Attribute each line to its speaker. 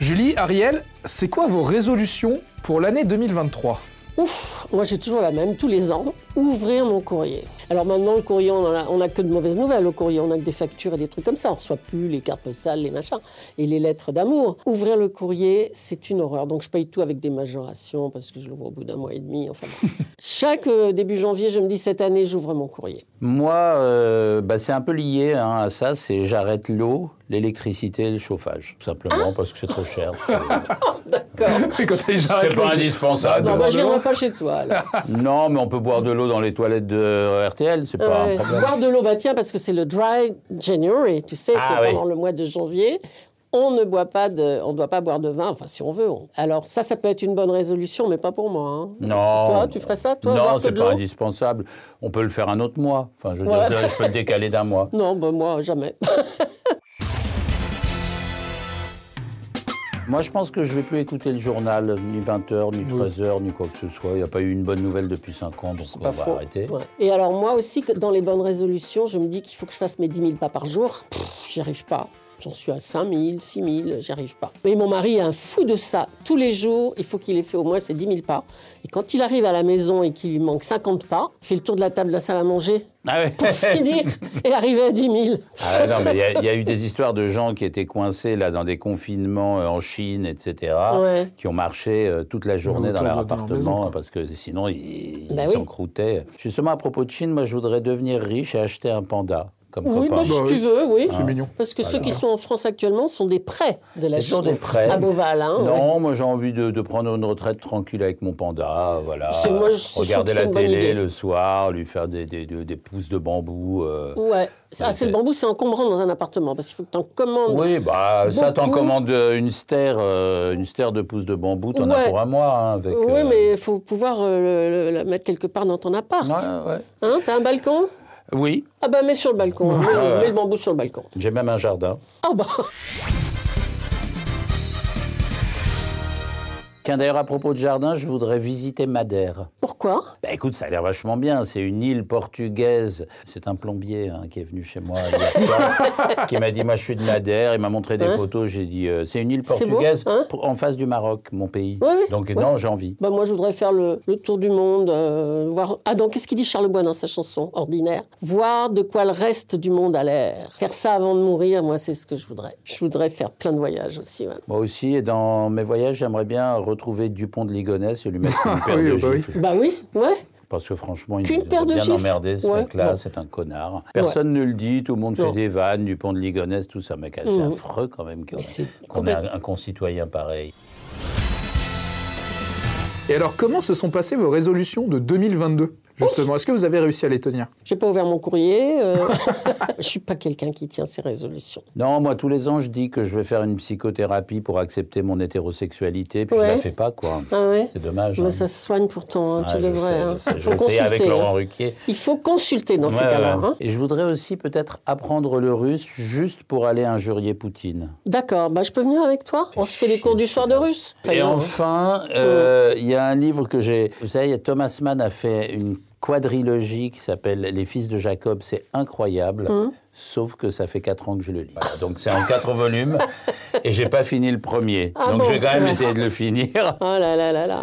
Speaker 1: Julie, Ariel, c'est quoi vos résolutions pour l'année 2023
Speaker 2: Ouf, moi j'ai toujours la même, tous les ans, ouvrir mon courrier. Alors maintenant, le courrier, on n'a a que de mauvaises nouvelles. Au courrier, on a que des factures et des trucs comme ça. On reçoit plus les cartes postales, les machins, et les lettres d'amour. Ouvrir le courrier, c'est une horreur. Donc je paye tout avec des majorations parce que je l'ouvre au bout d'un mois et demi. Enfin, bon. Chaque euh, début janvier, je me dis, cette année, j'ouvre mon courrier.
Speaker 3: Moi, euh, bah, c'est un peu lié hein, à ça, c'est j'arrête l'eau, l'électricité et le chauffage. Tout simplement parce que c'est trop cher.
Speaker 2: Ah.
Speaker 3: C'est-
Speaker 2: D'accord.
Speaker 1: Et quand les gens
Speaker 3: C'est pas
Speaker 1: répondent-
Speaker 3: indispensable.
Speaker 2: Non,
Speaker 1: Demande-le.
Speaker 2: bah, je viendrai pas chez toi. alors.
Speaker 3: Non, mais on peut boire de l'eau dans les toilettes de RTL, c'est pas
Speaker 2: Ouais.
Speaker 3: un problème.
Speaker 2: Euh, Boire de l'eau, bah tiens, parce que c'est le dry January, tu sais,
Speaker 3: Ah
Speaker 2: que
Speaker 3: oui.
Speaker 2: pendant le mois de janvier, on ne boit pas de, on doit pas boire de vin, enfin si on veut. on- Alors ça, ça peut être une bonne résolution, mais pas pour moi. hein.
Speaker 3: Non.
Speaker 2: Toi, tu ferais ça, toi, boire
Speaker 3: Non,
Speaker 2: que
Speaker 3: c'est
Speaker 2: de
Speaker 3: pas
Speaker 2: l'eau
Speaker 3: indispensable. On peut le faire un autre mois. Enfin, je veux
Speaker 2: Ouais.
Speaker 3: dire, ça, je peux le décaler d'un mois.
Speaker 2: Non, bah moi jamais.
Speaker 3: Moi, je pense que je vais plus écouter le journal, ni 20h, ni 13h, ni quoi que ce soit. Il n'y a pas eu une bonne nouvelle depuis 5 ans, donc on va
Speaker 2: Pas faux.
Speaker 3: arrêter.
Speaker 2: Ouais. Et alors moi aussi, que dans les bonnes résolutions, je me dis qu'il faut que je fasse mes 10 000 pas par jour. Pff, J'y arrive pas. J'en suis à 5 000, 6 000, j'y arrive pas. Mais mon mari est un fou de ça. Tous les jours, il faut qu'il ait fait au moins ses 10 000 pas. Et quand il arrive à la maison et qu'il lui manque 50 pas, il fait le tour de la table de la salle à manger
Speaker 3: Ah ouais.
Speaker 2: pour finir et arriver à 10 000.
Speaker 3: Ah, non, mais il y a- il y, a eu des histoires de gens qui étaient coincés là dans des confinements euh, en Chine, etc.,
Speaker 2: Ouais.
Speaker 3: qui ont marché euh, toute la journée
Speaker 1: Dans
Speaker 3: dans
Speaker 1: leur
Speaker 3: leur
Speaker 1: appartement, maison, quoi.
Speaker 3: appartement parce que sinon ils ils
Speaker 2: Bah oui.
Speaker 3: s'encroutaient. Justement, à propos de Chine, moi je voudrais devenir riche et acheter un panda comme
Speaker 2: Oui,
Speaker 3: copain.
Speaker 2: bah, si
Speaker 1: Bah
Speaker 2: tu
Speaker 1: oui.
Speaker 2: veux, oui.
Speaker 3: Ah.
Speaker 1: C'est mignon.
Speaker 2: Parce que ceux qui sont en France actuellement sont des prêts de la
Speaker 3: C'est toujours
Speaker 2: Chine.
Speaker 3: des prêts.
Speaker 2: À Beauval, hein, ouais.
Speaker 3: Non, moi j'ai envie de, de prendre une retraite tranquille avec mon panda, voilà.
Speaker 2: C'est- moi, je- je trouve
Speaker 3: Regarder
Speaker 2: que c'est
Speaker 3: la
Speaker 2: une bonne idée.
Speaker 3: télé le soir, lui faire des, des, des- des pousses de bambou. euh.
Speaker 2: Ouais. Ah, c'est
Speaker 3: c'est-
Speaker 2: le bambou, c'est encombrant dans un appartement parce qu'il faut que tu en commandes.
Speaker 3: Oui, bah ça t'en
Speaker 2: Beaucoup.
Speaker 3: commande euh, une stère, euh, une stère de pousses de bambou, t'en
Speaker 2: Ouais.
Speaker 3: as pour un mois hein, avec.
Speaker 2: Oui,
Speaker 3: euh,
Speaker 2: mais il faut pouvoir euh, le- le- la mettre quelque part dans ton appart.
Speaker 3: Ouais, ouais.
Speaker 2: Hein, T'as un balcon
Speaker 3: Oui,
Speaker 2: Ah bah mets sur le balcon. Mets, mets le bambou sur le balcon.
Speaker 3: j'ai même un jardin.
Speaker 2: Ah bah
Speaker 3: Tiens, d'ailleurs, à propos de jardin, je voudrais visiter Madère.
Speaker 2: pourquoi
Speaker 3: Bah écoute, ça a l'air vachement bien. C'est une île portugaise. C'est un plombier hein, qui est venu chez moi hier soir, qui m'a dit Moi, je suis de Madère. Il m'a montré des
Speaker 2: Ouais.
Speaker 3: photos. J'ai dit euh, C'est une île
Speaker 2: C'est beau,
Speaker 3: portugaise
Speaker 2: hein
Speaker 3: pr- en face du Maroc, mon pays.
Speaker 2: Ouais, ouais,
Speaker 3: Donc,
Speaker 2: ouais.
Speaker 3: non, j'ai envie.
Speaker 2: Bah moi je voudrais faire le, le tour du monde, euh, voir. Ah donc qu'est-ce qu'il dit Charles Bois dans sa chanson ordinaire Voir de quoi le reste du monde a l'air. Faire ça avant de mourir, moi c'est ce que je voudrais. Je voudrais faire plein de voyages aussi. ouais.
Speaker 3: Moi aussi, et dans mes voyages, j'aimerais bien retrouver Dupont de Ligonnès et lui mettre une paire
Speaker 1: oui,
Speaker 3: de
Speaker 1: bah oui.
Speaker 3: gifles.
Speaker 2: Bah oui, ouais.
Speaker 3: Parce que franchement, il
Speaker 2: Qu'une
Speaker 3: nous a
Speaker 2: paire de
Speaker 3: bien
Speaker 2: gifles.
Speaker 3: emmerdé, ce
Speaker 2: Ouais,
Speaker 3: mec-là,
Speaker 2: bon.
Speaker 3: c'est un connard. Personne ne le dit, tout le monde
Speaker 2: Non.
Speaker 3: fait des vannes, du pont de Ligonnès, tout ça, mec, c'est
Speaker 2: Mmh.
Speaker 3: affreux quand même qu'on
Speaker 2: Mais c'est
Speaker 3: qu'on ait un, un concitoyen pareil.
Speaker 1: Et alors, comment se sont passées vos résolutions de 2022 Justement, est-ce que vous avez réussi à les tenir
Speaker 2: J'ai pas ouvert mon courrier. euh, je suis pas quelqu'un qui tient ses résolutions.
Speaker 3: Non, moi, tous les ans, je dis que je vais faire une psychothérapie pour accepter mon hétérosexualité, puis je
Speaker 2: Ouais.
Speaker 3: la fais pas, quoi.
Speaker 2: Ah ouais.
Speaker 3: C'est dommage.
Speaker 2: Mais
Speaker 3: hein.
Speaker 2: ça se soigne pourtant, hein,
Speaker 3: Ouais,
Speaker 2: tu
Speaker 3: Ah, je
Speaker 2: devrais.
Speaker 3: sais,
Speaker 2: hein.
Speaker 3: je sais. Je
Speaker 2: Faut
Speaker 3: vais essayer avec
Speaker 2: consulter,
Speaker 3: Laurent
Speaker 2: hein.
Speaker 3: Ruquier.
Speaker 2: Il faut consulter dans ces
Speaker 3: Ouais,
Speaker 2: cas-là.
Speaker 3: ouais.
Speaker 2: hein.
Speaker 3: Et je voudrais aussi peut-être apprendre le russe juste pour aller injurier Poutine.
Speaker 2: D'accord, bah, je peux venir avec toi On se fait les cours du soir de russe Très
Speaker 3: Et
Speaker 2: bien, hein.
Speaker 3: enfin, euh, il y a un livre que j'ai. Vous savez, Thomas Mann a fait une quadrilogie qui s'appelle Les Fils de Jacob. C'est incroyable.
Speaker 2: Hum.
Speaker 3: Sauf que ça fait 4 ans que je le lis. Voilà, donc c'est en 4 volumes et j'ai pas fini le premier.
Speaker 2: Ah
Speaker 3: donc
Speaker 2: bon,
Speaker 3: je vais quand même
Speaker 2: ouais.
Speaker 3: essayer de le finir.
Speaker 2: Oh là là là là